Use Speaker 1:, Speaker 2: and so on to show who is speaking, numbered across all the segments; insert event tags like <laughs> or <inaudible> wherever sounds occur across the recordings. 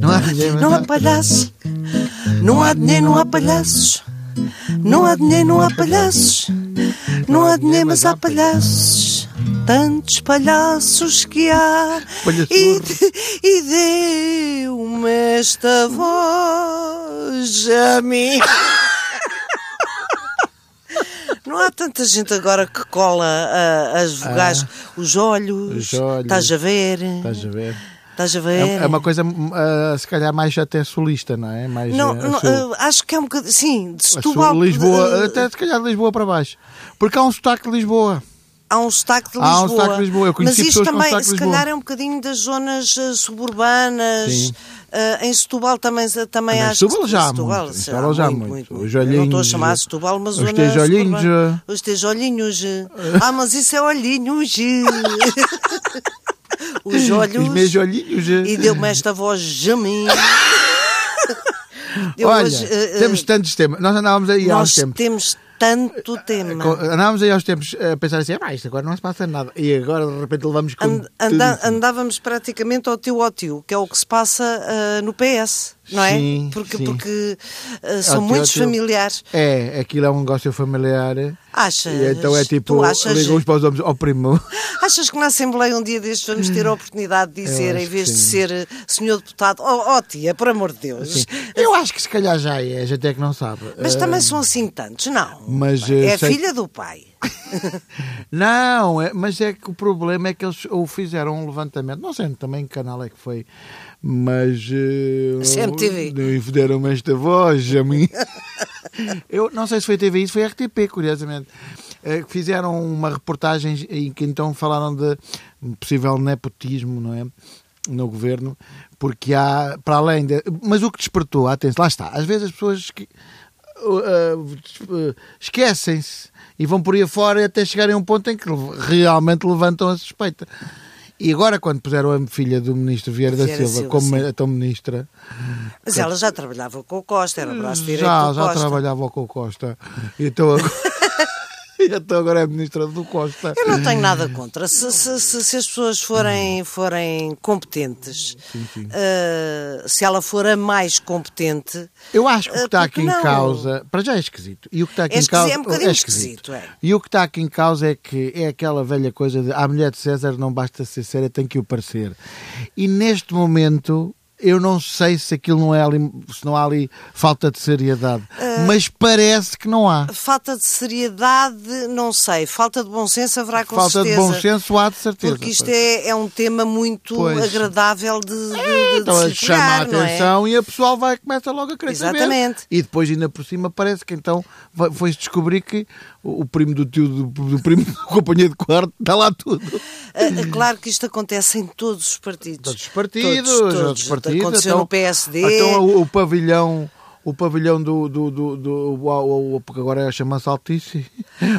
Speaker 1: Não há dinheiro, não é há palhaços. Não há dinheiro, não há palhaços. Não há dinheiro, não há palhaços. Não há dinheiro, mas há palhaços. Tantos palhaços que há. E, de- e deu-me esta voz a mim. <laughs> Não há tanta gente agora que cola ah, as vogais, os olhos,
Speaker 2: os olhos.
Speaker 1: estás a ver,
Speaker 2: Estás a ver?
Speaker 1: estás a
Speaker 2: É,
Speaker 1: ver.
Speaker 2: é uma coisa, ah, se calhar, mais até solista, não é? Mais,
Speaker 1: Não,
Speaker 2: eh,
Speaker 1: não,
Speaker 2: sul.
Speaker 1: eh, acho que é um bocadinho. Sim, de
Speaker 2: A
Speaker 1: Setúbal.
Speaker 2: sul, Lisboa,
Speaker 1: eh,
Speaker 2: até se calhar de Lisboa para baixo. Porque há um sotaque de Lisboa.
Speaker 1: há um sotaque de Lisboa.
Speaker 2: há um sotaque de Lisboa. Eu
Speaker 1: Mas
Speaker 2: conheci
Speaker 1: isto
Speaker 2: pessoas com
Speaker 1: também,
Speaker 2: sotaque de
Speaker 1: se
Speaker 2: Lisboa.
Speaker 1: calhar, é um bocadinho das zonas eh, suburbanas.
Speaker 2: Sim.
Speaker 1: Eh, em Setúbal também, também
Speaker 2: Mas
Speaker 1: acho.
Speaker 2: em Setúbal
Speaker 1: que-
Speaker 2: já há
Speaker 1: Setúbal,
Speaker 2: muito, em
Speaker 1: sim,
Speaker 2: Setúbal
Speaker 1: há
Speaker 2: já há muito. Os
Speaker 1: Eu não estou a
Speaker 2: olhinhos,
Speaker 1: chamar Setúbal, mas
Speaker 2: os
Speaker 1: zona
Speaker 2: teus olhinhos, eh.
Speaker 1: suburbana. Os teus
Speaker 2: <laughs>
Speaker 1: olhinhos. eh. Ah, mas isso é olhinhos. eh. Os olhos.
Speaker 2: Os meus olhinhos. eh.
Speaker 1: E deu-me esta voz
Speaker 2: <laughs>
Speaker 1: a mim. Eu
Speaker 2: Olha,
Speaker 1: hoje, eh, eh,
Speaker 2: temos tantos temas. Nós andávamos aí há Eh, uns
Speaker 1: Nós
Speaker 2: tempos.
Speaker 1: temos tanto
Speaker 2: Co-
Speaker 1: tema.
Speaker 2: Andávamos aí aos tempos a pensar assim, ah, isto agora não se passa nada. E agora de repente levamos com.
Speaker 1: And-
Speaker 2: tudo
Speaker 1: anda-
Speaker 2: isso.
Speaker 1: andávamos praticamente ao tio ao tio, que é o que se passa ah, no PS, não é?
Speaker 2: Sim,
Speaker 1: porque
Speaker 2: sim.
Speaker 1: porque ah,
Speaker 2: tio,
Speaker 1: são
Speaker 2: ao
Speaker 1: muitos
Speaker 2: tio.
Speaker 1: familiares.
Speaker 2: É, aquilo é um negócio familiar. eh.
Speaker 1: Achas?
Speaker 2: E então é tipo,
Speaker 1: tu achas,
Speaker 2: ligam uns para os homens, ó
Speaker 1: <laughs>
Speaker 2: primo.
Speaker 1: achas que na Assembleia um dia destes vamos ter a oportunidade de dizer,
Speaker 2: Hum. acho
Speaker 1: em
Speaker 2: que
Speaker 1: vez de
Speaker 2: sim.
Speaker 1: ser eh, senhor deputado, oh, oh, tia, por amor de Deus.
Speaker 2: Sim. Eu acho que se calhar já é, a gente é que não sabe.
Speaker 1: Mas
Speaker 2: Eh,
Speaker 1: também são assim tantos, não.
Speaker 2: Mas, eh,
Speaker 1: é
Speaker 2: sei-
Speaker 1: filha do pai.
Speaker 2: Não, é- mas é que o problema é que eles ou fizeram um levantamento, não sei também que canal é que foi, mas. eh,
Speaker 1: CMTV.
Speaker 2: Não lhe deram esta voz a mim. <laughs> Eu não sei se foi TV, isso foi RTP, curiosamente. eh, que Fizeram uma reportagem em que então falaram de um possível nepotismo, não é? No governo, porque há, para além de. Mas o que despertou a atenção, lá está, às vezes as pessoas que, uh, des- uh, esquecem-se e vão por aí afora até chegarem a um ponto em que lev- realmente levantam a suspeita. E agora, quando puseram a filha do ministro Vieira,
Speaker 1: Vieira
Speaker 2: da Silva,
Speaker 1: Silva,
Speaker 2: como
Speaker 1: sim.
Speaker 2: então ministra,
Speaker 1: Mas ela já trabalhava com o Costa, era o braço direito
Speaker 2: já,
Speaker 1: do
Speaker 2: já
Speaker 1: é Costa.
Speaker 2: trabalhava com o Costa. Então
Speaker 1: <laughs>
Speaker 2: agora, então agora é ministra do Costa.
Speaker 1: Eu não tenho nada contra. Se, se- se- se as pessoas forem, forem competentes, eh, se ela for a mais competente,
Speaker 2: Eu acho que o que
Speaker 1: Eh,
Speaker 2: está
Speaker 1: porque
Speaker 2: aqui
Speaker 1: não?
Speaker 2: em causa. Para já é esquisito. E o que está aqui
Speaker 1: É
Speaker 2: em
Speaker 1: esquisito,
Speaker 2: causa.
Speaker 1: é um bocadinho esquisito, é.
Speaker 2: E o que está aqui em causa é que é aquela velha coisa de a mulher de César não basta ser séria, tem que o parecer. E neste momento. Eu não sei se aquilo não é ali, se não há ali falta de seriedade,
Speaker 1: Ah.
Speaker 2: mas parece que não há.
Speaker 1: falta de seriedade, não sei, falta de bom senso haverá com
Speaker 2: Falta de
Speaker 1: certeza.
Speaker 2: bom senso há de certeza.
Speaker 1: Porque isto é, é um tema muito
Speaker 2: Pois.
Speaker 1: agradável de, de, de,
Speaker 2: Então
Speaker 1: se
Speaker 2: chama a
Speaker 1: pegar, não é?
Speaker 2: atenção e a pessoa vai começa logo a querer
Speaker 1: Exatamente.
Speaker 2: saber. E depois ainda por cima parece que então vai- foi-se descobrir que o o primo do tio do, do primo <laughs> do companheiro de quarto está lá tudo.
Speaker 1: Ah, ah, Claro que isto acontece em todos os partidos.
Speaker 2: Todos os partidos,
Speaker 1: Todos, todos.
Speaker 2: outros partidos.
Speaker 1: Aconteceu
Speaker 2: então-
Speaker 1: no PSD.
Speaker 2: Então o, o pavilhão. O pavilhão do. do, do, do o- o- o- porque agora chama-se
Speaker 1: <laughs>
Speaker 2: Altice.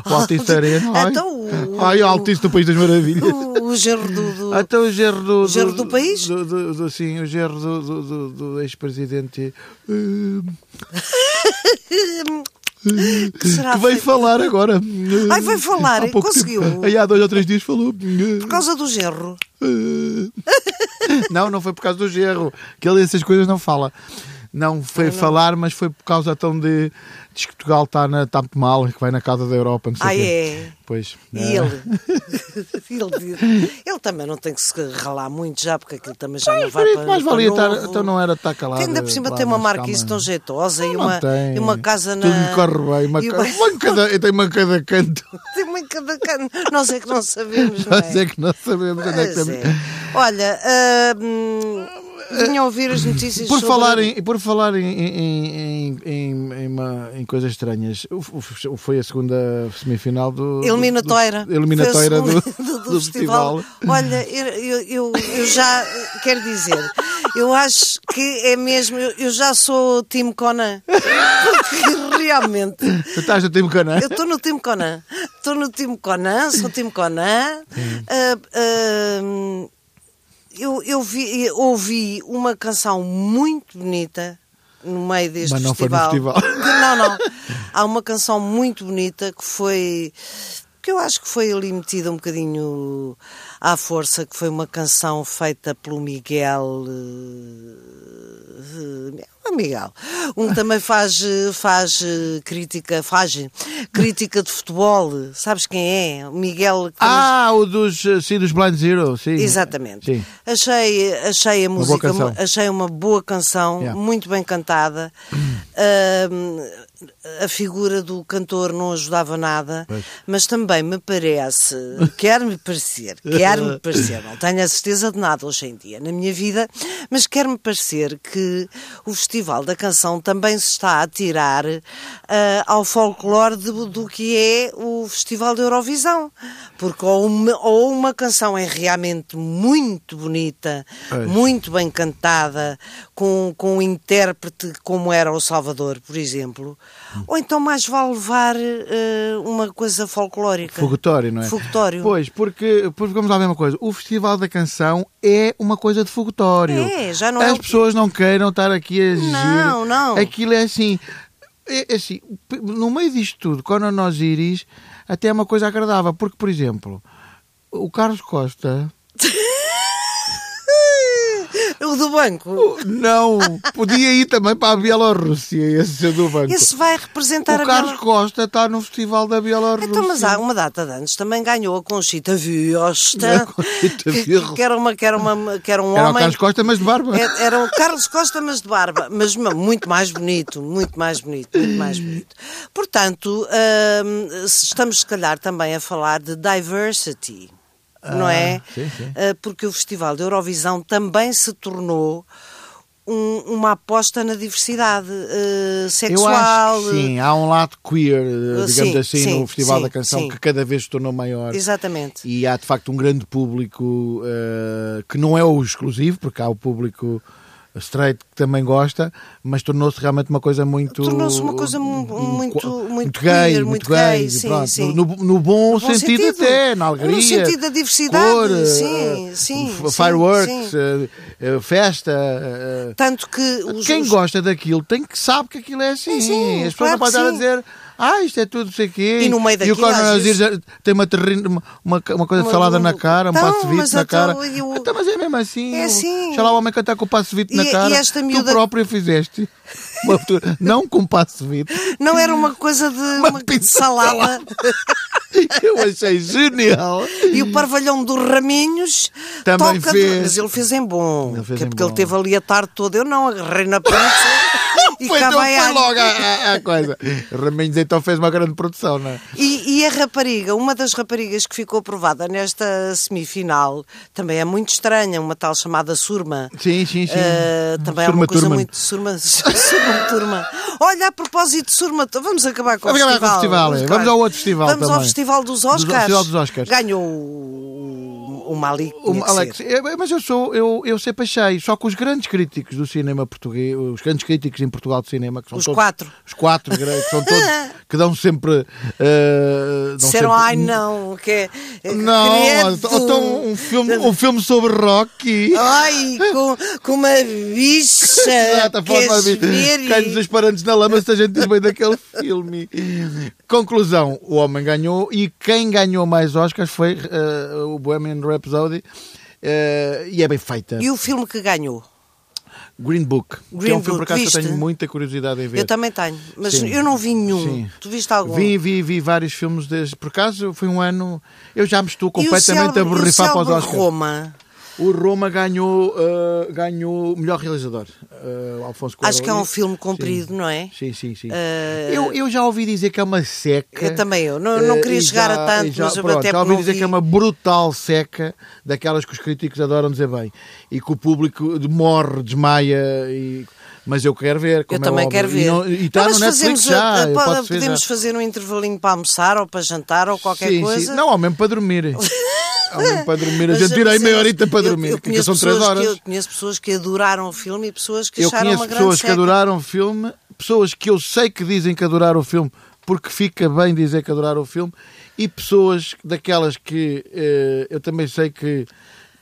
Speaker 2: O Altice Arena. Ai,
Speaker 1: Então, o-
Speaker 2: ai, o Altice do País das Maravilhas.
Speaker 1: o, o genro do-
Speaker 2: <laughs>
Speaker 1: do,
Speaker 2: Até o gerro do,
Speaker 1: O gerro do país?
Speaker 2: do- do- do- sim, o gerro do, do- do- do ex-presidente hum,
Speaker 1: que será
Speaker 2: que veio
Speaker 1: feito?
Speaker 2: falar agora.
Speaker 1: Ai, veio falar,
Speaker 2: <laughs> Há pouco
Speaker 1: conseguiu.
Speaker 2: tempo. Aí há dois ou três dias falou.
Speaker 1: Por causa do genro.
Speaker 2: Não, não foi por causa do gerro, que ele essas coisas não fala. Não foi falar, mas foi por causa então de. Diz que Portugal está, na, está muito mal, que vai na casa da Europa, não sei o
Speaker 1: Ah,
Speaker 2: quê.
Speaker 1: é.
Speaker 2: Pois.
Speaker 1: E
Speaker 2: é.
Speaker 1: ele? <laughs> ele? Ele também não tem que se ralar muito já, porque aquilo também já não vai
Speaker 2: Por isso,
Speaker 1: para
Speaker 2: mais
Speaker 1: para
Speaker 2: valia estar.
Speaker 1: novo.
Speaker 2: Então não era estar calado.
Speaker 1: Que ainda por cima
Speaker 2: lá,
Speaker 1: tem uma
Speaker 2: mas
Speaker 1: marquise
Speaker 2: calma.
Speaker 1: tão jeitosa e
Speaker 2: Não
Speaker 1: uma,
Speaker 2: tem.
Speaker 1: e uma casa na...
Speaker 2: Tudo lhe corre bem. Uma
Speaker 1: e
Speaker 2: ca- <laughs> uma em cada- Eu tenho uma em cada canto.
Speaker 1: <laughs> Tem uma em cada cano. Nós é que não sabemos, não é?
Speaker 2: Nós é que não sabemos onde é que
Speaker 1: Pois
Speaker 2: estamos.
Speaker 1: é. Olha, hum, vinham ouvir as notícias
Speaker 2: Por
Speaker 1: sobre-
Speaker 2: falar, em, por falar em, em, em, em, em uma- em coisas estranhas, o- o- o- foi a segunda semifinal do. do-
Speaker 1: Eliminatória.
Speaker 2: do- eliminatória
Speaker 1: <laughs> Foi a
Speaker 2: do,
Speaker 1: segunda
Speaker 2: do, festival.
Speaker 1: um Olha, eu, eu, eu- eu já eh, quero dizer, eu acho que é mesmo, eu, eu já sou time Conan, porque realmente
Speaker 2: Tu estás no time Canã?
Speaker 1: eu estou no time Conan, estou no time Conan, sou time Conan. ah, ah, eu, eu vi- eu ouvi uma canção muito bonita no meio deste
Speaker 2: Mas não foi no
Speaker 1: festival.
Speaker 2: festival.
Speaker 1: <laughs> Não, não. Há uma canção muito bonita que foi. que eu acho que foi ali metida um bocadinho à força, que foi uma canção feita pelo Miguel. eh, Miguel. Um também faz, eh, faz eh, crítica, faz eh, crítica de futebol. Sabes quem é? O Miguel. que também-
Speaker 2: Ah, o dos, eh, sim, dos Blind Zero, sim.
Speaker 1: Exatamente.
Speaker 2: Sim.
Speaker 1: Achei, achei a
Speaker 2: boa
Speaker 1: música,
Speaker 2: canção.
Speaker 1: achei uma boa canção,
Speaker 2: Yeah.
Speaker 1: muito bem cantada. Ahm, a figura do cantor não ajudava nada,
Speaker 2: Pois.
Speaker 1: mas também me parece, quer-me parecer, quer-me parecer, não tenho a certeza de nada hoje em dia na minha vida, mas quer-me parecer que o Festival da Canção também se está a tirar ah, ao folclore de- do que é o Festival da Eurovisão. Porque ou uma, ou uma canção é realmente muito bonita,
Speaker 2: Pois.
Speaker 1: muito bem cantada, com, com um intérprete como era o Salvador, por exemplo, ou então mais vale levar eh, uma coisa folclórica.
Speaker 2: Fogotório, não é?
Speaker 1: Fogotório.
Speaker 2: Pois, porque, porque vamos lá a mesma coisa. O Festival da Canção é uma coisa de fogotório.
Speaker 1: É, já não é
Speaker 2: As
Speaker 1: o-
Speaker 2: pessoas não queiram estar aqui a exigir.
Speaker 1: Não, não.
Speaker 2: Aquilo é assim. É é assim, p- no meio disto tudo, quando nós iris, até é uma coisa agradável. Porque, por exemplo, o Carlos Costa.
Speaker 1: <laughs> O do banco.
Speaker 2: Oh, Não, podia ir também para a Bielorrússia, esse seu do banco.
Speaker 1: Esse vai representar
Speaker 2: o
Speaker 1: a
Speaker 2: Carlos
Speaker 1: Bela-
Speaker 2: Costa está no Festival da Bielorrússia.
Speaker 1: Então, mas há uma data de anos também ganhou a
Speaker 2: <laughs>
Speaker 1: Conchita Viosta,
Speaker 2: É A Conchita
Speaker 1: que,
Speaker 2: Viosta.
Speaker 1: que era, uma, que, era uma, que era um
Speaker 2: Era o
Speaker 1: homem. é
Speaker 2: Carlos Costa, mas de barba.
Speaker 1: Era- Era o Carlos Costa, mas de barba, mas ma- muito mais bonito, muito mais bonito, muito mais bonito. Portanto, hum, se- estamos se calhar também a falar de diversity, não
Speaker 2: Ah,
Speaker 1: é?
Speaker 2: sim, sim.
Speaker 1: Ah, Porque o Festival da Eurovisão também se tornou um- uma aposta na diversidade ah,
Speaker 2: Eu
Speaker 1: sexual.
Speaker 2: acho que sim, há um lado queer, eh,
Speaker 1: Ah, Sim,
Speaker 2: digamos assim,
Speaker 1: sim,
Speaker 2: no Festival
Speaker 1: sim,
Speaker 2: da Canção
Speaker 1: sim.
Speaker 2: que cada vez se tornou maior.
Speaker 1: Exatamente.
Speaker 2: E há de facto um grande público eh, que não é o exclusivo, porque há o público straight que também gosta, mas tornou-se realmente uma coisa muito.
Speaker 1: Tornou-se uma coisa mu-
Speaker 2: um,
Speaker 1: muito-
Speaker 2: um,
Speaker 1: muito
Speaker 2: gay,
Speaker 1: queer,
Speaker 2: muito
Speaker 1: muito
Speaker 2: gay,
Speaker 1: gay,
Speaker 2: e
Speaker 1: sim,
Speaker 2: pronto.
Speaker 1: sim.
Speaker 2: No, no bom, sentido, até, na alegria.
Speaker 1: No sentido da diversidade,
Speaker 2: cor, eh,
Speaker 1: sim, sim,
Speaker 2: f-
Speaker 1: sim,
Speaker 2: Fireworks,
Speaker 1: sim.
Speaker 2: eh, eh, festa. eh,
Speaker 1: Tanto que os,
Speaker 2: quem
Speaker 1: os-
Speaker 2: gosta daquilo tem que saber que aquilo é assim.
Speaker 1: Sim, sim,
Speaker 2: As pessoas
Speaker 1: claro
Speaker 2: não podem estar a
Speaker 1: que
Speaker 2: dizer, ah, isto é tudo, não sei o quê.
Speaker 1: E no meio
Speaker 2: E o
Speaker 1: daquilo, às
Speaker 2: coronavírus
Speaker 1: vezes-
Speaker 2: já tem uma, terrin- uma, uma, uma coisa de
Speaker 1: Uma-
Speaker 2: salada
Speaker 1: um-
Speaker 2: na cara, um
Speaker 1: Então,
Speaker 2: passo
Speaker 1: mas
Speaker 2: vito na
Speaker 1: então,
Speaker 2: cara.
Speaker 1: e o-
Speaker 2: Então, mas é mesmo assim.
Speaker 1: É assim.
Speaker 2: Já lá o homem cantar com o passo vito na
Speaker 1: E- e
Speaker 2: cara.
Speaker 1: esta miúda-
Speaker 2: Tu próprio fizeste. Uma abertura. não com passo vito.
Speaker 1: não era uma coisa
Speaker 2: <laughs>
Speaker 1: de uma
Speaker 2: pizza
Speaker 1: salada.
Speaker 2: <laughs> Eu achei genial.
Speaker 1: E o parvalhão dos Raminhos
Speaker 2: Também
Speaker 1: toca
Speaker 2: fez.
Speaker 1: Mas ele fez em bom.
Speaker 2: Ele
Speaker 1: Ele
Speaker 2: fez em
Speaker 1: porque
Speaker 2: bom.
Speaker 1: ele teve ali a tarde toda. Eu não, agarrei na prensa
Speaker 2: <laughs>
Speaker 1: e
Speaker 2: foi,
Speaker 1: cá
Speaker 2: então,
Speaker 1: vai
Speaker 2: foi
Speaker 1: a-
Speaker 2: logo a, a- a coisa. Raminhos então fez uma grande produção, não é?
Speaker 1: E, e a rapariga, uma das raparigas que ficou aprovada nesta semifinal, também é muito estranha, uma tal chamada Surma.
Speaker 2: Sim, sim, sim.
Speaker 1: Eh, também é
Speaker 2: Surma
Speaker 1: uma coisa
Speaker 2: Turman.
Speaker 1: muito Surma, <laughs> Surma Turma. Olha, a propósito de Surma, vamos acabar com
Speaker 2: Vamos
Speaker 1: o
Speaker 2: acabar com o
Speaker 1: festival.
Speaker 2: festival, é. Vamos ao outro festival
Speaker 1: Vamos ao
Speaker 2: também.
Speaker 1: festival dos
Speaker 2: Dos-
Speaker 1: Oscars.
Speaker 2: festival dos Oscars.
Speaker 1: Ganhou o, o Mali. que
Speaker 2: O
Speaker 1: tinha que
Speaker 2: Alex,
Speaker 1: ser.
Speaker 2: é, mas eu sou, eu, eu sempre achei, só que os grandes críticos do cinema português, os grandes críticos em Portugal de cinema, que são
Speaker 1: Os
Speaker 2: todos,
Speaker 1: quatro.
Speaker 2: os quatro grandes, que são todos,
Speaker 1: <laughs>
Speaker 2: que dão sempre, eh, dão
Speaker 1: Disseram,
Speaker 2: sempre-
Speaker 1: ai não, que é.
Speaker 2: não,
Speaker 1: credo."
Speaker 2: ou então um filme, um filme sobre Rocky,
Speaker 1: Ai, com, com uma bicha.
Speaker 2: <laughs> Exato, a
Speaker 1: queres
Speaker 2: forma de-
Speaker 1: ver? E-
Speaker 2: cai-nos os parentes na lama se a gente diz bem daquele filme. Conclusão: o homem ganhou e quem ganhou mais Oscars foi eh, o Bohemian Rhapsody. eh, e é bem feita.
Speaker 1: E o filme que ganhou?
Speaker 2: Green Book. que é um
Speaker 1: Green
Speaker 2: filme, por
Speaker 1: Book,
Speaker 2: acaso, que eu
Speaker 1: viste?
Speaker 2: tenho muita curiosidade em ver.
Speaker 1: Eu também tenho, mas
Speaker 2: Sim.
Speaker 1: eu não vi nenhum.
Speaker 2: Sim.
Speaker 1: Tu viste algum?
Speaker 2: Vi, vi, vi vários filmes desde. Por acaso, foi um ano. Eu já me estou
Speaker 1: E o
Speaker 2: completamente
Speaker 1: célebre-
Speaker 2: a borrifar
Speaker 1: e o
Speaker 2: para os
Speaker 1: célebre
Speaker 2: Oscars.
Speaker 1: Roma.
Speaker 2: O Roma ganhou, uh, ganhou o melhor realizador, uh, Alfonso Cuarón.
Speaker 1: Acho que é um filme comprido, não é?
Speaker 2: Sim, sim, sim.
Speaker 1: Uh,
Speaker 2: Eu, eu já ouvi dizer que é uma seca.
Speaker 1: Eu também, eu não- não
Speaker 2: Uh,
Speaker 1: queria
Speaker 2: e
Speaker 1: chegar a tanto,
Speaker 2: e
Speaker 1: mas eu
Speaker 2: pronto,
Speaker 1: até
Speaker 2: já ouvi
Speaker 1: não
Speaker 2: dizer
Speaker 1: vi.
Speaker 2: que é uma brutal seca, daquelas que os críticos adoram dizer bem, e que o público morre, desmaia, e- mas eu quero ver.
Speaker 1: Eu
Speaker 2: como é
Speaker 1: também
Speaker 2: óbvio.
Speaker 1: quero ver.
Speaker 2: E, não- e está
Speaker 1: Não, mas
Speaker 2: no Netflix
Speaker 1: fazemos,
Speaker 2: já.
Speaker 1: uh,
Speaker 2: eu
Speaker 1: po-
Speaker 2: posso ver
Speaker 1: podemos
Speaker 2: já.
Speaker 1: fazer um intervalinho para almoçar ou para jantar ou qualquer
Speaker 2: Sim, sim.
Speaker 1: coisa.
Speaker 2: Não, ao mesmo para
Speaker 1: <laughs>
Speaker 2: dormir. ao mesmo para dormir.
Speaker 1: Mas
Speaker 2: eu tirei
Speaker 1: mas
Speaker 2: meia
Speaker 1: eu-
Speaker 2: horita para
Speaker 1: eu-
Speaker 2: dormir,
Speaker 1: eu
Speaker 2: que
Speaker 1: conheço
Speaker 2: são três
Speaker 1: pessoas
Speaker 2: horas.
Speaker 1: que- eu conheço pessoas que adoraram o filme e pessoas que
Speaker 2: Eu
Speaker 1: acharam
Speaker 2: conheço
Speaker 1: uma grande
Speaker 2: pessoas que
Speaker 1: seca.
Speaker 2: adoraram o filme, pessoas que eu sei que dizem que adoraram o filme porque fica bem dizer que adoraram o filme, e pessoas daquelas que eh, eu também sei que,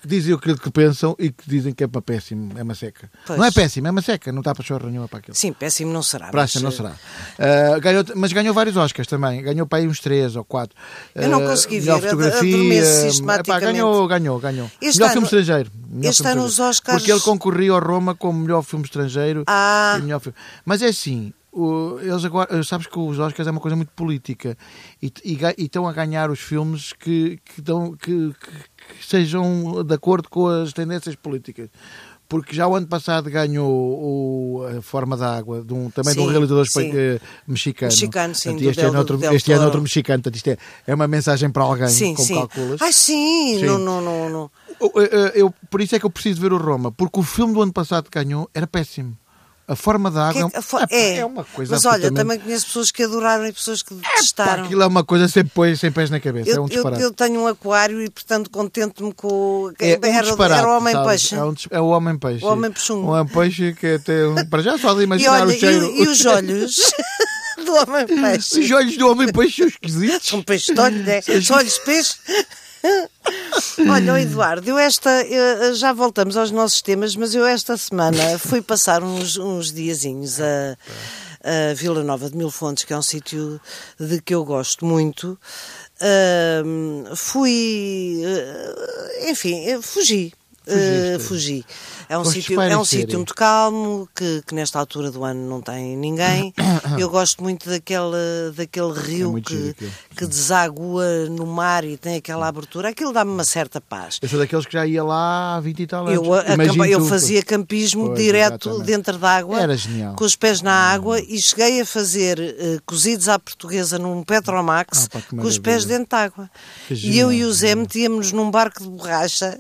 Speaker 2: que dizem aquilo que pensam e que dizem que é uma péssima, é uma seca.
Speaker 1: Pois.
Speaker 2: Não é péssima, é uma seca, não está para chorra nenhuma para aquilo.
Speaker 1: Sim, péssimo não será.
Speaker 2: Para esta
Speaker 1: mas,
Speaker 2: não
Speaker 1: eh,
Speaker 2: será. Ah, ganhou- mas ganhou vários Oscars também. Ganhou para aí uns três ou quatro.
Speaker 1: Eu não
Speaker 2: Ah,
Speaker 1: consegui
Speaker 2: melhor
Speaker 1: ver,
Speaker 2: fotografia,
Speaker 1: adormeço
Speaker 2: ah, epá,
Speaker 1: sistematicamente.
Speaker 2: ganhou, ganhou, ganhou.
Speaker 1: Este
Speaker 2: melhor
Speaker 1: ano-
Speaker 2: filme estrangeiro. Melhor
Speaker 1: este
Speaker 2: filme estrangeiro.
Speaker 1: ano os Oscars-
Speaker 2: Porque ele concorreu ao Roma como melhor filme estrangeiro.
Speaker 1: Ah.
Speaker 2: e melhor filme. Mas é assim, o- eles agora, sabes que os Oscars é uma coisa muito política e, e ga- e estão a ganhar os filmes que, que, dão- que- que- que sejam de acordo com as tendências políticas. Porque já o ano passado ganhou o- a Forma da Água, de um- também de um
Speaker 1: Sim,
Speaker 2: realizador espa-
Speaker 1: sim.
Speaker 2: eh, mmexicano.
Speaker 1: Mexicano, sim,
Speaker 2: Portanto,
Speaker 1: do
Speaker 2: este ano
Speaker 1: Del-
Speaker 2: é outro,
Speaker 1: Del
Speaker 2: este ano é
Speaker 1: Toro.
Speaker 2: outro mexicano. Portanto, isto é, é uma mensagem para alguém,
Speaker 1: Sim,
Speaker 2: como
Speaker 1: sim.
Speaker 2: calculas.
Speaker 1: Ah, sim,
Speaker 2: Sim.
Speaker 1: Não, não, não, não.
Speaker 2: Eu- eu- eu- por isso é que eu preciso ver o Roma, porque o filme do ano passado que ganhou era péssimo. A forma da
Speaker 1: Que é
Speaker 2: água
Speaker 1: que-
Speaker 2: um-
Speaker 1: fo-
Speaker 2: epá,
Speaker 1: é.
Speaker 2: uma coisa
Speaker 1: Mas olha,
Speaker 2: absolutamente-
Speaker 1: também conheço pessoas que adoraram e pessoas que
Speaker 2: Pá,
Speaker 1: detestaram.
Speaker 2: Aquilo é uma coisa sem, põe, sem pés na cabeça, é
Speaker 1: Eu,
Speaker 2: um
Speaker 1: eu,
Speaker 2: disparate.
Speaker 1: eu tenho um aquário e, portanto, contento-me com o.
Speaker 2: É um
Speaker 1: era,
Speaker 2: disparate,
Speaker 1: era o homem
Speaker 2: sabes?
Speaker 1: peixe.
Speaker 2: É, um dis- é o homem peixe.
Speaker 1: O homem peixungo.
Speaker 2: Um homem peixe que até. um- Para já só de
Speaker 1: E
Speaker 2: imaginar
Speaker 1: olha,
Speaker 2: o cheiro.
Speaker 1: e, e
Speaker 2: <laughs>
Speaker 1: os olhos <laughs> do homem peixe?
Speaker 2: Os olhos do homem peixe são esquisitos.
Speaker 1: <laughs> São peixes de olho, né? São olhos de
Speaker 2: <laughs>
Speaker 1: peixe. Olha, o Eduardo, eu esta. eu- já voltamos aos nossos temas, mas eu esta semana fui passar uns, uns diazinhos a, a Vila Nova de Mil Fontes, que é um sítio de que eu gosto muito. Ahm, fui. eh, enfim, eh, fugi. Eh,
Speaker 2: Fugiste.
Speaker 1: fugi. É um
Speaker 2: Foste
Speaker 1: sítio, é um
Speaker 2: espairecer.
Speaker 1: sítio muito calmo, que, que nesta altura do ano não
Speaker 2: <coughs>
Speaker 1: tem ninguém. Eu gosto muito daquele, daquele rio
Speaker 2: É muito giro
Speaker 1: que,
Speaker 2: aquilo.
Speaker 1: que deságua no mar e tem aquela abertura. Aquilo dá-me uma certa paz.
Speaker 2: Eu sou daqueles que já ia lá há 20 e tal anos.
Speaker 1: Eu, a-
Speaker 2: Imagino
Speaker 1: acampa- eu
Speaker 2: tu,
Speaker 1: fazia campismo
Speaker 2: Pois,
Speaker 1: direto
Speaker 2: exatamente.
Speaker 1: dentro da água,
Speaker 2: Era genial.
Speaker 1: com os pés na água, e cheguei a fazer eh, cozidos à portuguesa num Petromax,
Speaker 2: Ah, pá, que
Speaker 1: com os pés
Speaker 2: maravilha.
Speaker 1: dentro da água.
Speaker 2: Que
Speaker 1: E eu e
Speaker 2: genial. Ah,
Speaker 1: o Zé metíamos num barco de borracha,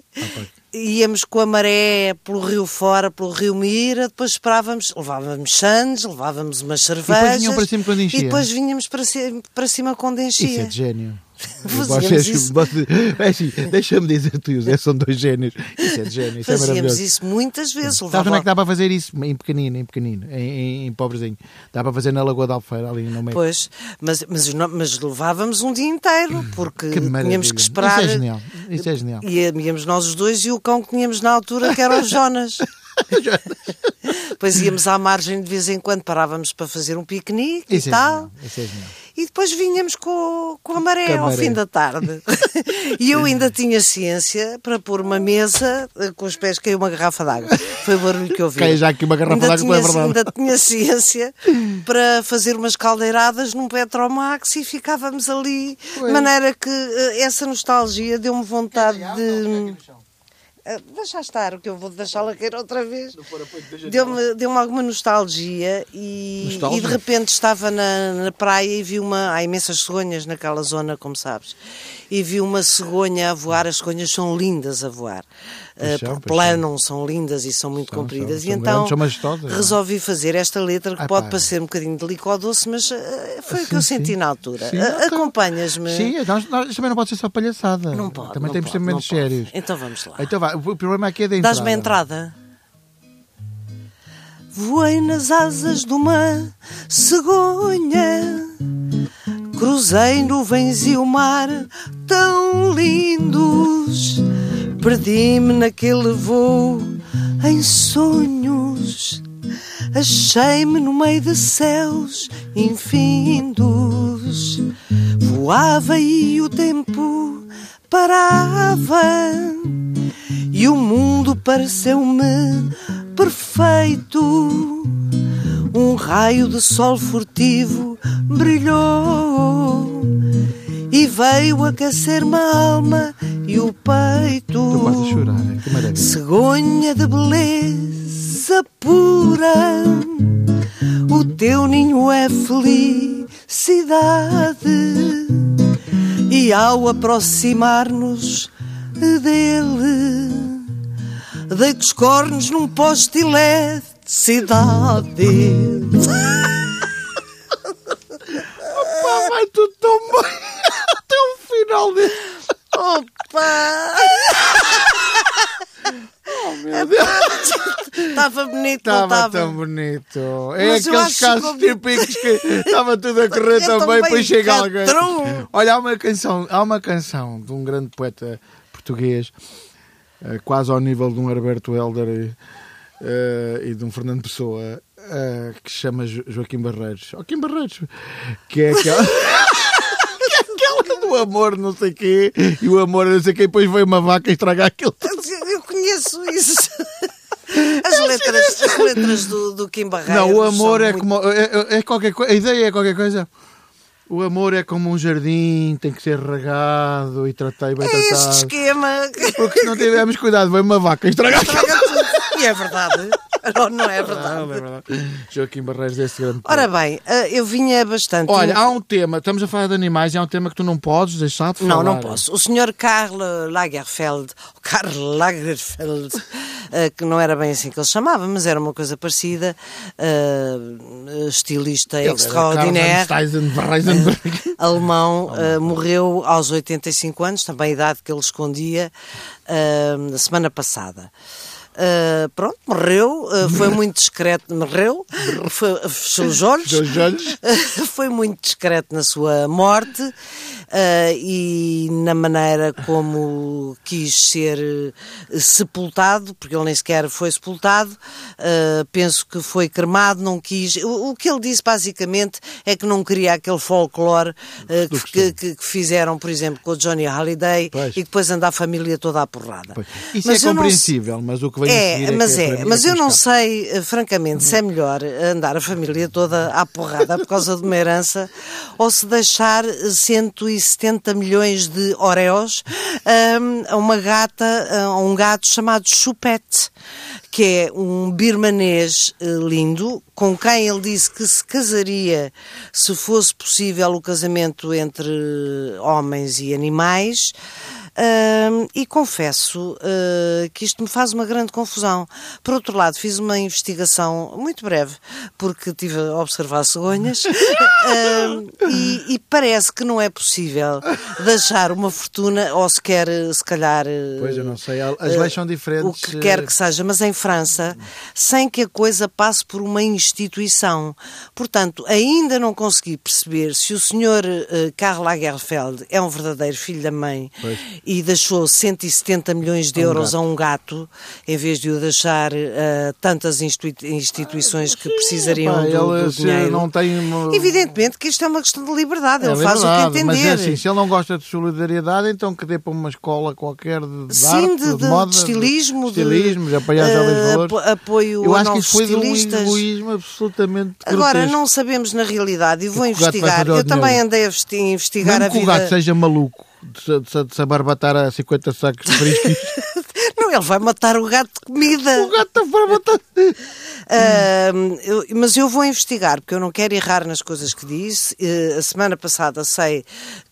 Speaker 1: íamos com a maré pelo rio fora, pelo rio Mira, depois esperávamos, levávamos sandes, levávamos umas cervejas.
Speaker 2: vinham para cima quando enchia.
Speaker 1: E depois vinhamos para cima, para cima quando enchia.
Speaker 2: Isso é de gênio.
Speaker 1: <laughs> Fazíamos
Speaker 2: Vocês- <laughs>
Speaker 1: isso.
Speaker 2: vocês- é assim, Deixa-me dizer, tu e o Zé são dois génios. Isso é de gênio, isso é
Speaker 1: Fazíamos
Speaker 2: maravilhoso.
Speaker 1: isso muitas vezes.
Speaker 2: Sabes onde é
Speaker 1: levava-
Speaker 2: que dá para fazer isso? Em pequenino, em pequenino, em, em, em pobrezinho. Dá para fazer na Lagoa da Alfeira, ali no meio.
Speaker 1: Pois, mas, mas, nó- mas levávamos um dia inteiro, porque
Speaker 2: Hum, Que
Speaker 1: tínhamos
Speaker 2: maravilha.
Speaker 1: que esperar.
Speaker 2: Isso é genial. Isso é genial.
Speaker 1: E íamos nós os dois e o cão que tínhamos na altura, que era
Speaker 2: <laughs>
Speaker 1: o Jonas. Depois íamos à margem de vez em quando, parávamos para fazer um piquenique
Speaker 2: Isso
Speaker 1: e
Speaker 2: é
Speaker 1: tal.
Speaker 2: genial. Isso é genial.
Speaker 1: E depois vinhamos com, com a maré
Speaker 2: Com a
Speaker 1: ao
Speaker 2: maré.
Speaker 1: fim
Speaker 2: <laughs>
Speaker 1: da tarde. e eu ainda tinha ciência para pôr uma mesa eh, com os pés, caiu uma garrafa d'água. Foi o barulho que eu vi.
Speaker 2: Cai já aqui uma garrafa
Speaker 1: Ainda
Speaker 2: d'água, é
Speaker 1: tinha-
Speaker 2: verdade.
Speaker 1: Ainda tinha ciência para fazer umas caldeiradas num Petromax e ficávamos ali. De maneira que eh, essa nostalgia deu-me vontade de. Ah, Deixa estar, o que eu vou deixá-la cair outra vez. Deu-me deu alguma nostalgia e,
Speaker 2: Nostalgia?
Speaker 1: e de repente estava na, na praia e vi uma. Há imensas cegonhas naquela zona, como sabes. E vi uma cegonha a voar. As cegonhas são lindas a voar.
Speaker 2: Pois são,
Speaker 1: Ah, porque
Speaker 2: pois são.
Speaker 1: planam, são lindas e são muito
Speaker 2: São,
Speaker 1: compridas.
Speaker 2: são, são
Speaker 1: e então
Speaker 2: grandes, são majestosas, não é?
Speaker 1: resolvi fazer esta letra que
Speaker 2: Ah,
Speaker 1: pode
Speaker 2: pá.
Speaker 1: parecer um bocadinho doce mas ah, foi o que
Speaker 2: Sim,
Speaker 1: eu senti
Speaker 2: sim.
Speaker 1: na altura.
Speaker 2: Sim,
Speaker 1: Ah,
Speaker 2: então-
Speaker 1: Acompanhas-me.
Speaker 2: Sim, nós, nós, isto também não pode ser só palhaçada.
Speaker 1: Não pode.
Speaker 2: Também
Speaker 1: não
Speaker 2: temos de ter
Speaker 1: pode, não
Speaker 2: momentos
Speaker 1: pode.
Speaker 2: sérios.
Speaker 1: Então vamos lá.
Speaker 2: Então vá, o o problema aqui é da entrada.
Speaker 1: Dás-me a entrada. Voei nas asas de uma cegonha, cruzei nuvens e o mar tão lindos, perdi-me naquele voo em sonhos, achei-me no meio de céus infindos, voava e o tempo parava e o mundo pareceu-me perfeito. Um raio de sol furtivo brilhou e veio aquecer-me a alma e o peito.
Speaker 2: Estou quase a chorar, que maravilha.
Speaker 1: Cegonha de beleza pura, o teu ninho é felicidade. E ao aproximar-nos dele, deito os cornos num poste
Speaker 2: <laughs>
Speaker 1: de eletricidade.
Speaker 2: Pá, vai tudo tão bem. <laughs> Até o final dele.
Speaker 1: Opa!
Speaker 2: Oh, Meu Deus.
Speaker 1: Estava bonito, não
Speaker 2: Estava
Speaker 1: estava?
Speaker 2: tão bonito. É
Speaker 1: Mas eu
Speaker 2: aqueles
Speaker 1: acho É que
Speaker 2: casos
Speaker 1: ficou
Speaker 2: típicos que estava tudo
Speaker 1: <laughs>
Speaker 2: a correr
Speaker 1: Eu
Speaker 2: tão bem,
Speaker 1: também
Speaker 2: depois chega alguém.
Speaker 1: catrum.
Speaker 2: Olha, há uma canção, há uma canção de um grande poeta português eh, quase ao nível de um Herberto Helder eh, e de um Fernando Pessoa, eh, que se chama Jo- Joaquim Barreiros. Joaquim Barreiros, que é aquela. <laughs> que é aquela do amor, não sei quê, e o amor, não sei quê, e depois veio uma vaca estragar aquilo.
Speaker 1: Eu conheço
Speaker 2: <laughs>
Speaker 1: isso. As letras, as letras do, do Kim Barreiros.
Speaker 2: Não, o amor
Speaker 1: são
Speaker 2: é
Speaker 1: muito-
Speaker 2: como. É, é- é qualquer coisa. A ideia é qualquer coisa. O amor é como um jardim, tem que ser regado e tratado e bem
Speaker 1: É este
Speaker 2: tratado.
Speaker 1: esquema. que- <laughs>
Speaker 2: Porque se não tivermos cuidado, veio uma vaca estragar aquilo.
Speaker 1: Traga tudo. E é verdade. Não, não
Speaker 2: Não,
Speaker 1: é
Speaker 2: não é
Speaker 1: verdade.
Speaker 2: verdade. Joaquim Barreiros é esse grande.
Speaker 1: Ora bem, ah, eu vinha bastante.
Speaker 2: Olha, há um tema, estamos a falar de animais e há um tema que tu não podes deixar de falar.
Speaker 1: Não, não posso. O senhor Karl Lagerfeld, o Karl Lagerfeld, eh, que não era bem assim que ele chamava, mas era uma coisa parecida, eh, estilista
Speaker 2: Ele é era
Speaker 1: extraordinário,
Speaker 2: Karl Heinz
Speaker 1: <laughs>
Speaker 2: Heisenberg.
Speaker 1: alemão, eh, morreu aos 85 anos, também a idade que ele escondia eh, na semana passada. Eh, pronto, morreu, eh, <laughs> foi muito discreto, morreu, foi, fechou os olhos,
Speaker 2: Dois olhos.
Speaker 1: <laughs> foi muito discreto na sua morte eh, e na maneira como quis ser eh, sepultado, porque ele nem sequer foi sepultado, eh, penso que foi cremado, não quis. O, o que ele disse basicamente é que não queria aquele folclore eh,
Speaker 2: Do
Speaker 1: que-
Speaker 2: costume.
Speaker 1: que, que fizeram, por exemplo, com o Johnny Halliday
Speaker 2: Pois.
Speaker 1: e que depois anda a família toda à porrada.
Speaker 2: Pois. Isso
Speaker 1: Mas
Speaker 2: é
Speaker 1: eu não sei-
Speaker 2: compreensível, mas o que vem a seguir
Speaker 1: é,
Speaker 2: que
Speaker 1: mas
Speaker 2: para
Speaker 1: é,
Speaker 2: mim
Speaker 1: mas
Speaker 2: que
Speaker 1: eu
Speaker 2: me
Speaker 1: não
Speaker 2: escapa.
Speaker 1: sei, eh, francamente, se é melhor andar a família toda à porrada por causa de uma herança ou se deixar eh, 170 milhões de oreos ahm, a uma gata, a um gato chamado Chupete, que é um birmanês eh, lindo, com quem ele disse que se casaria se fosse possível o casamento entre homens e animais. Ahm, e confesso ah, que isto me faz uma grande confusão. Por outro lado, fiz uma investigação muito breve, porque estive a observar cegonhas, ahm, e, e parece que não é possível deixar uma fortuna, ou sequer, eh, se calhar. eh,
Speaker 2: Pois eu não sei, as leis são diferentes. eh,
Speaker 1: o que quer que seja, mas em França, sem que a coisa passe por uma instituição. Portanto, ainda não consegui perceber se o senhor eh, Karl Lagerfeld é um verdadeiro filho da mãe
Speaker 2: Pois.
Speaker 1: e deixou 170 milhões de
Speaker 2: A um
Speaker 1: euros
Speaker 2: gato.
Speaker 1: a um gato, em vez de o deixar a tantas institui-
Speaker 2: Ah,
Speaker 1: instituições que precisariam
Speaker 2: pá,
Speaker 1: do, do
Speaker 2: ele, se
Speaker 1: dinheiro.
Speaker 2: não tem uma-
Speaker 1: Evidentemente que isto é uma questão de liberdade,
Speaker 2: É
Speaker 1: ele faz o que
Speaker 2: verdade,
Speaker 1: entender.
Speaker 2: Mas é assim, se ele não gosta de solidariedade, então que dê para uma escola qualquer de, de
Speaker 1: Sim,
Speaker 2: arte,
Speaker 1: de, de- de
Speaker 2: moda,
Speaker 1: estilismo,
Speaker 2: de estilismo, de apoiar
Speaker 1: eh,
Speaker 2: jovens valores.
Speaker 1: apo- apoio
Speaker 2: Eu
Speaker 1: a
Speaker 2: acho que
Speaker 1: novos
Speaker 2: isso foi de um
Speaker 1: estilistas.
Speaker 2: egoísmo absolutamente
Speaker 1: Agora,
Speaker 2: grotesco.
Speaker 1: não sabemos na realidade e vou
Speaker 2: que o gato vai
Speaker 1: investigar.
Speaker 2: fazer ao
Speaker 1: Eu
Speaker 2: dinheiro?
Speaker 1: também andei a vesti- investigar
Speaker 2: Mesmo
Speaker 1: a
Speaker 2: que o
Speaker 1: vida.
Speaker 2: gato seja maluco de se, de se- de se abarbatar a 50 sacos de frisco,
Speaker 1: <laughs> Não, ele vai matar o gato de comida.
Speaker 2: o gato tá está a barbatar.
Speaker 1: Ahm, eu- mas eu vou investigar, porque eu não quero errar nas coisas que disse. Eh, a semana passada sei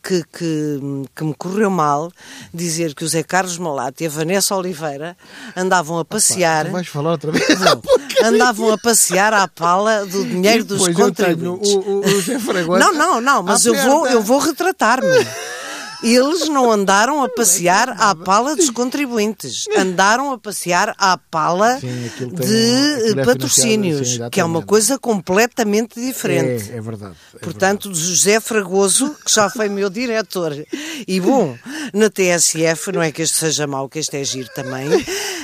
Speaker 1: que, que, que me correu mal dizer que o Zé Carlos Malato e a Vanessa Oliveira andavam a passear.
Speaker 2: Vais falar outra vez?
Speaker 1: Andavam a passear à pala do dinheiro dos
Speaker 2: Pois eu tenho
Speaker 1: contribuintes.
Speaker 2: o, o, o Zé Fragoso.
Speaker 1: Não, não, não, mas eu
Speaker 2: Aperta.
Speaker 1: vou, eu vou retratar-me. Eles não
Speaker 2: é
Speaker 1: andaram a passear à pala dos contribuintes, andaram a passear à pala
Speaker 2: Sim, aquilo tem um-
Speaker 1: de
Speaker 2: aquilo é
Speaker 1: eh, patrocínios,
Speaker 2: financiado, sim,
Speaker 1: que é uma
Speaker 2: exatamente.
Speaker 1: coisa completamente diferente.
Speaker 2: É, é verdade. é
Speaker 1: Portanto, José Fragoso, que já foi meu diretor. E bom, na TSF, não é que este seja mau, que este é giro também.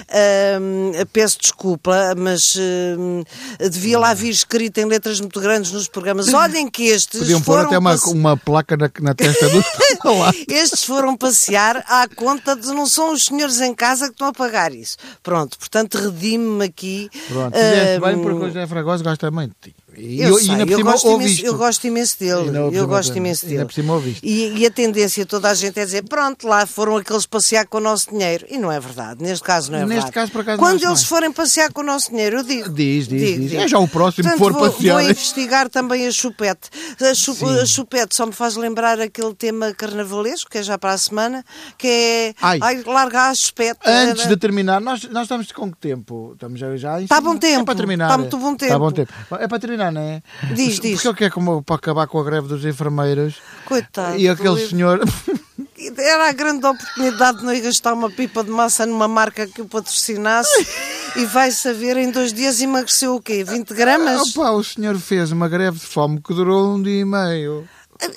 Speaker 1: Ahm, peço desculpa, mas ahm, devia lá vir escrito em letras muito grandes nos programas. Olhem que estes
Speaker 2: Podiam pôr
Speaker 1: foram
Speaker 2: até uma,
Speaker 1: passe-
Speaker 2: uma placa na, na testa
Speaker 1: <laughs>
Speaker 2: do <laughs> lá.
Speaker 1: estes foram passear à conta de não são os senhores em casa que estão a pagar isso. Pronto, portanto, redime-me aqui. hum,
Speaker 2: Pronto, é fizeste bem
Speaker 1: Ahm,
Speaker 2: porque o José Fragoso gosta muito de ti. E
Speaker 1: eu, sei,
Speaker 2: ainda por
Speaker 1: eu,
Speaker 2: cima
Speaker 1: gosto imenso,
Speaker 2: ouviste.
Speaker 1: eu gosto imenso dele.
Speaker 2: Ainda por
Speaker 1: eu
Speaker 2: cima
Speaker 1: gosto
Speaker 2: também.
Speaker 1: imenso
Speaker 2: Ainda
Speaker 1: dele.
Speaker 2: por cima ouviste.
Speaker 1: E, e a tendência toda a gente é dizer: pronto, lá foram aqueles passear com o nosso dinheiro. E não é verdade. Neste caso, não é
Speaker 2: Neste
Speaker 1: verdade.
Speaker 2: caso, por acaso, não
Speaker 1: Quando
Speaker 2: acho
Speaker 1: eles
Speaker 2: bem.
Speaker 1: forem passear com o nosso dinheiro, eu digo.
Speaker 2: Diz, diz,
Speaker 1: digo,
Speaker 2: diz.
Speaker 1: digo.
Speaker 2: É já o próximo que for
Speaker 1: Portanto, vou,
Speaker 2: passear.
Speaker 1: Vou investigar também a Chupete. A, Chu- a Chupete só me faz lembrar aquele tema carnavalesco, que é já para a semana, que é.
Speaker 2: Ai.
Speaker 1: Ai, larga a Chupete.
Speaker 2: Antes de terminar, nós, nós estamos com que tempo? Estamos já, já em
Speaker 1: Tá
Speaker 2: cima.
Speaker 1: bom tempo,
Speaker 2: É para terminar.
Speaker 1: tá muito bom tempo.
Speaker 2: Tá bom tempo. É para terminar, não é?
Speaker 1: Diz,
Speaker 2: Porque
Speaker 1: diz.
Speaker 2: eu quero como para acabar com a greve dos enfermeiros.
Speaker 1: Coitado.
Speaker 2: E aquele
Speaker 1: Luís.
Speaker 2: senhor.
Speaker 1: Era a grande oportunidade de não ir gastar uma pipa de massa numa marca que o patrocinasse e vai saber em dois dias
Speaker 2: <laughs> Ah,
Speaker 1: emagreceu o quê? 20 gramas?
Speaker 2: Opa, o senhor fez uma greve de fome que durou um dia e meio.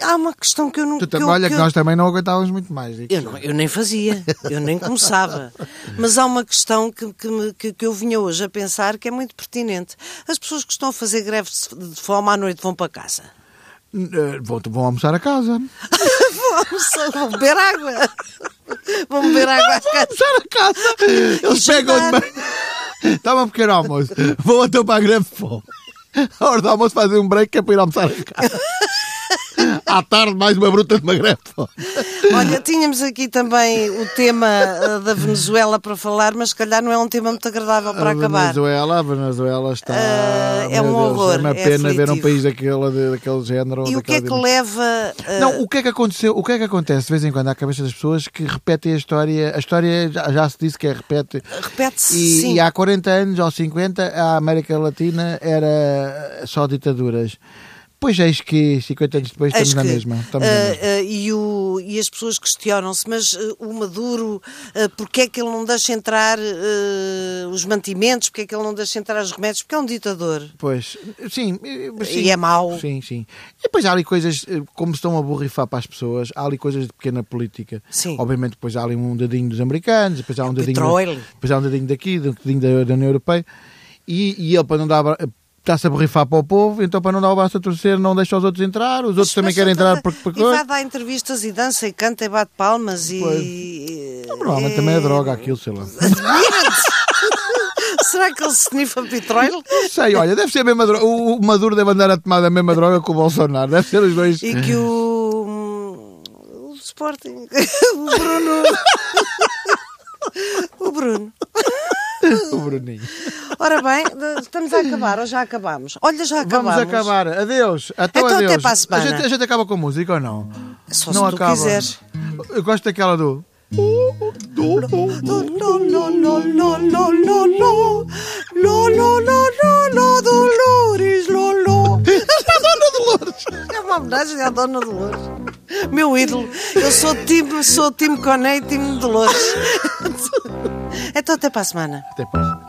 Speaker 1: Há uma questão que eu não.
Speaker 2: Tu
Speaker 1: que eu-
Speaker 2: também, olha
Speaker 1: que
Speaker 2: que
Speaker 1: eu-
Speaker 2: nós também não aguentávamos muito mais. digo-te
Speaker 1: Eu,
Speaker 2: já.
Speaker 1: não- eu nem fazia, eu nem começava. Mas há uma questão que, que, me- que- que eu vinha hoje a pensar que é muito pertinente. As pessoas que estão a fazer greve de fome à noite vão para casa.
Speaker 2: Eh, Vão, vão almoçar a casa.
Speaker 1: Almoçam, vão beber água. Vão beber água à casa.
Speaker 2: Almoçar a casa! Eles
Speaker 1: E
Speaker 2: pegam
Speaker 1: jantar.
Speaker 2: de <laughs> Estava um pequeno almoço. Vão então para a grande fome. A hora do almoço fazem um break que é para ir almoçar a casa. À tarde, mais uma bruta de uma grande fome.
Speaker 1: Olha, tínhamos aqui também o tema eh, da Venezuela para falar, mas se calhar não é um tema muito agradável para
Speaker 2: a
Speaker 1: acabar.
Speaker 2: Venezuela, a Venezuela está.
Speaker 1: Ah, é
Speaker 2: meu
Speaker 1: um
Speaker 2: Deus,
Speaker 1: horror,
Speaker 2: É uma
Speaker 1: é
Speaker 2: pena ver um
Speaker 1: aflitivo.
Speaker 2: país daquele, daquele género.
Speaker 1: E o que
Speaker 2: daquela
Speaker 1: é que
Speaker 2: dimensão.
Speaker 1: leva. eh,
Speaker 2: Não, o que é que aconteceu? O que é que acontece de vez em quando à cabeça das pessoas que repetem a história? A história já, já se disse que é repete.
Speaker 1: Repete-se,
Speaker 2: E,
Speaker 1: sim.
Speaker 2: e há 40 anos ou 50 a América Latina era só ditaduras. Pois eis que 50 anos depois estamos
Speaker 1: Acho
Speaker 2: na
Speaker 1: que,
Speaker 2: mesma. Estamos
Speaker 1: ah,
Speaker 2: na mesma.
Speaker 1: ah, e, o- e as pessoas questionam-se, mas ah, o Maduro, ah, porque é que ele não deixa entrar ah, os mantimentos, porque é que ele não deixa entrar os remédios, porque é um ditador.
Speaker 2: Pois, sim, eh,
Speaker 1: E
Speaker 2: sim.
Speaker 1: é mau.
Speaker 2: Sim, sim. E depois há ali coisas, eh, como se estão a borrifar para as pessoas, há ali coisas de pequena política.
Speaker 1: Sim. É
Speaker 2: Obviamente, depois há ali um dedinho dos americanos, depois há um dedinho.
Speaker 1: petróleo.
Speaker 2: Depois há um dedinho daqui, um dedinho da, da União Europeia. E, e ele, para não dar. bra- Está-se a borrifar para o povo, então para não dar o braço a torcer, não deixa os outros entrar, os outros também
Speaker 1: Mas
Speaker 2: querem
Speaker 1: ele
Speaker 2: entrar
Speaker 1: também-
Speaker 2: porque. porque
Speaker 1: E vai dar entrevistas e dança e canta e bate palmas e. eh,
Speaker 2: Não, Provavelmente também é droga aquilo, sei lá.
Speaker 1: <laughs> Será que ele se sniffa petróleo?
Speaker 2: Não sei, olha, deve ser a mesma droga. O o Maduro deve andar a tomar a mesma droga que o Bolsonaro, deve ser os dois.
Speaker 1: E que o. hum, O Sporting. <laughs> O Bruno. <laughs> O Bruno.
Speaker 2: <laughs> O Bruninho.
Speaker 1: Ora bem, de- estamos a acabar ou já acabamos? Olha, já acabamos.
Speaker 2: Vamos acabar. Adeus. Até,
Speaker 1: Então até
Speaker 2: adeus.
Speaker 1: para a semana.
Speaker 2: gente, a gente acaba com música ou não?
Speaker 1: Só
Speaker 2: não
Speaker 1: se tu
Speaker 2: acaba.
Speaker 1: quiseres.
Speaker 2: Eu gosto daquela do. <laughs>
Speaker 1: Lo, lo, lo, lo, lo, lo, lo, lo. Lo, lo, lo, lo, lo, Dolores, lo, lo.
Speaker 2: Dona Dolores.
Speaker 1: É uma homenagem à Dona Dolores. Meu ídolo. Eu sou time, sou time Coné e time Dolores. <laughs> Então até para a semana.
Speaker 2: Até depois.